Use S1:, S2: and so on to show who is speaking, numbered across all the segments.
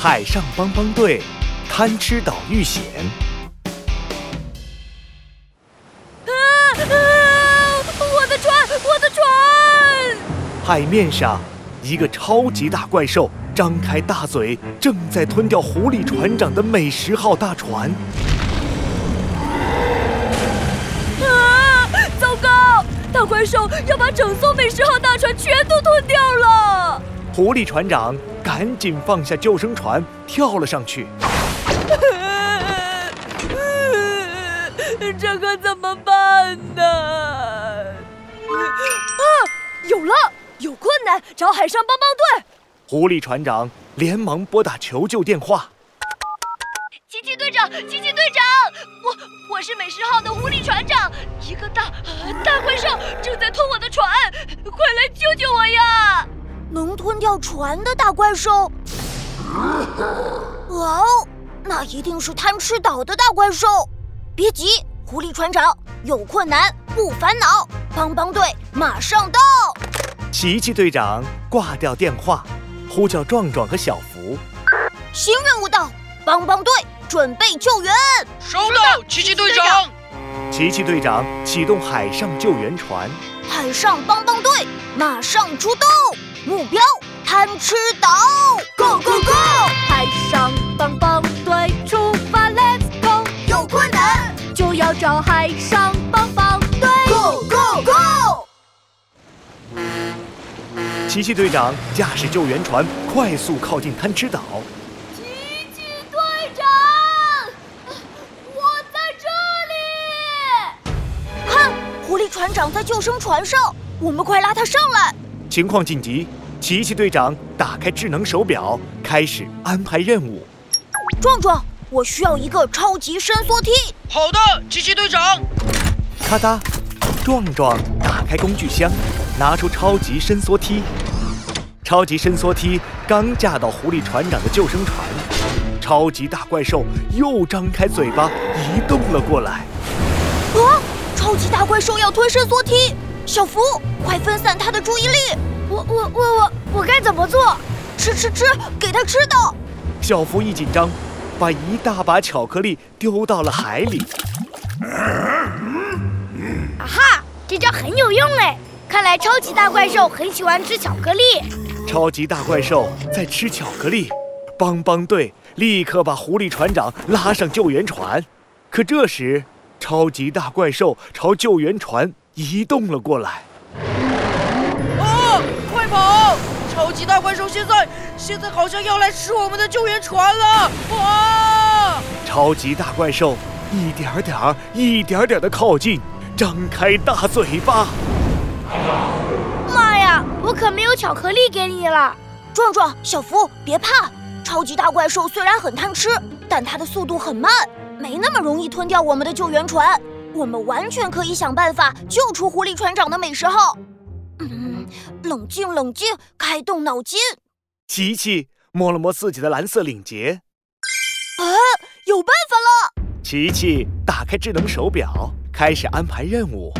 S1: 海上帮帮队，贪吃岛遇险。
S2: 啊啊！我的船，我的船！
S1: 海面上，一个超级大怪兽张开大嘴，正在吞掉狐狸船长的美食号大船。
S2: 啊！糟糕，大怪兽要把整艘美食号大船全都吞掉了！
S1: 狐狸船长赶紧放下救生船，跳了上去。
S2: 这可怎么办呢？啊，有了，有困难找海上帮帮队。
S1: 狐狸船长连忙拨打求救电话。
S2: 奇奇队长，奇奇队长，我我是美食号的狐狸船长，一个大大怪兽正在吞我的船，快来救救我呀！
S3: 能吞掉船的大怪兽。哇哦，那一定是贪吃岛的大怪兽！别急，狐狸船长，有困难不烦恼，帮帮队马上到。
S1: 奇奇队长挂掉电话，呼叫壮壮和小福。
S3: 新任务到，帮帮队准备救援。
S4: 收到，奇奇队长。
S1: 奇奇队长启动海上救援船。
S3: 海上帮帮队马上出动，目标贪吃岛，Go Go Go！
S2: 海上帮帮队出发，Let's go，
S3: 有困难
S2: 就要找海上帮帮队。
S3: ，Go Go Go！
S1: 奇奇队长驾驶救援船快速靠近贪吃岛。
S2: 奇奇队长，
S3: 哦
S2: 我在这里！
S3: 看，狐狸船长在救生船上，我们快拉他上来。
S1: 情况紧急，奇奇队长打开智能手表，开始安排任务。
S3: 壮壮，我需要一个超级伸缩梯。
S4: 好的，奇奇队长。
S1: 咔嗒，壮壮打开工具箱，拿出超级伸缩梯。超级伸缩梯刚架到狐狸船长的救生船，超级大怪兽又张开嘴巴移动了过来。
S3: 啊！超级大怪兽要推伸缩梯，小福，快分散他的注意力。我我我我我该怎么做？吃吃吃，给他吃的。
S1: 小福一紧张，把一大把巧克力丢到了海里。
S3: 啊哈，这招很有用哎！看来超级大怪兽很喜欢吃巧克力。
S1: 超级大怪兽在吃巧克力，帮帮队立刻把狐狸船长拉上救援船。可这时，超级大怪兽朝救援船移动了过来。
S4: 啊，快跑！超级大怪兽现在现在好像要来吃我们的救援船了！哦哇！
S1: 超级大怪兽一点儿点儿、一点儿点儿的靠近，张开大嘴巴。
S3: 妈呀，我可没有巧克力给你了。壮壮，小福，别怕。超级大怪兽虽然很贪吃，但它的速度很慢，没那么容易吞掉我们的救援船。我们完全可以想办法救出狐狸船长的美食号。嗯，冷静冷静，开动脑筋。
S1: 琪琪摸了摸自己的蓝色领结，
S3: 有办法了！
S1: 琪琪打开智能手表，开始安排任务。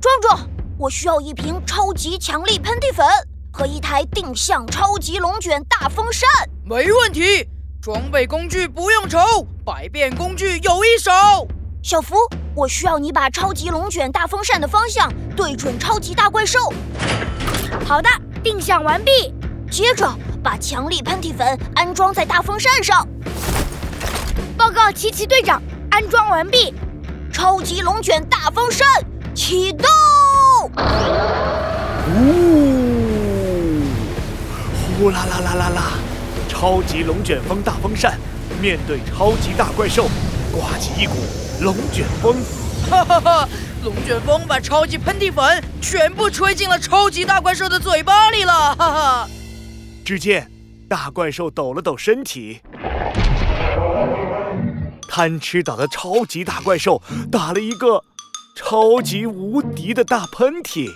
S3: 壮壮，我需要一瓶超级强力喷嚏粉和一台定向超级龙卷大风扇。
S4: 没问题，装备工具不用愁，百变工具有一手。
S3: 小福，我需要你把超级龙卷大风扇的方向对准超级大怪兽。好的，定向完毕。接着把强力喷嚏粉安装在大风扇上。报告奇奇队长，安装完毕。超级龙卷大风扇启动。
S1: 呜，呼啦啦啦啦啦！超级龙卷风大风扇面对超级大怪兽，刮起一股龙卷风。
S4: 哈哈哈！龙卷风把超级喷嚏粉全部吹进了超级大怪兽的嘴巴里了！哈哈。
S1: 只见大怪兽抖了抖身体，贪吃岛的超级大怪兽打了一个超级无敌的大喷嚏。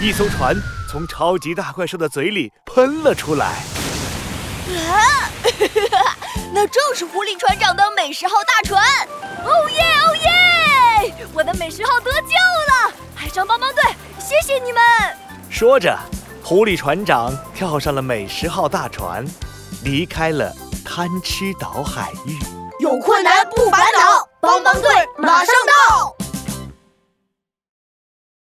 S1: 一艘船从超级大怪兽的嘴里喷了出来。
S3: 那正是狐狸船长的美食号大船。哦耶哦耶！
S2: 我的美食号得救了！海上帮帮队，谢谢你们！
S1: 说着，狐狸船长跳上了美食号大船，离开了贪吃岛海域。
S3: 有困难不烦恼，帮帮队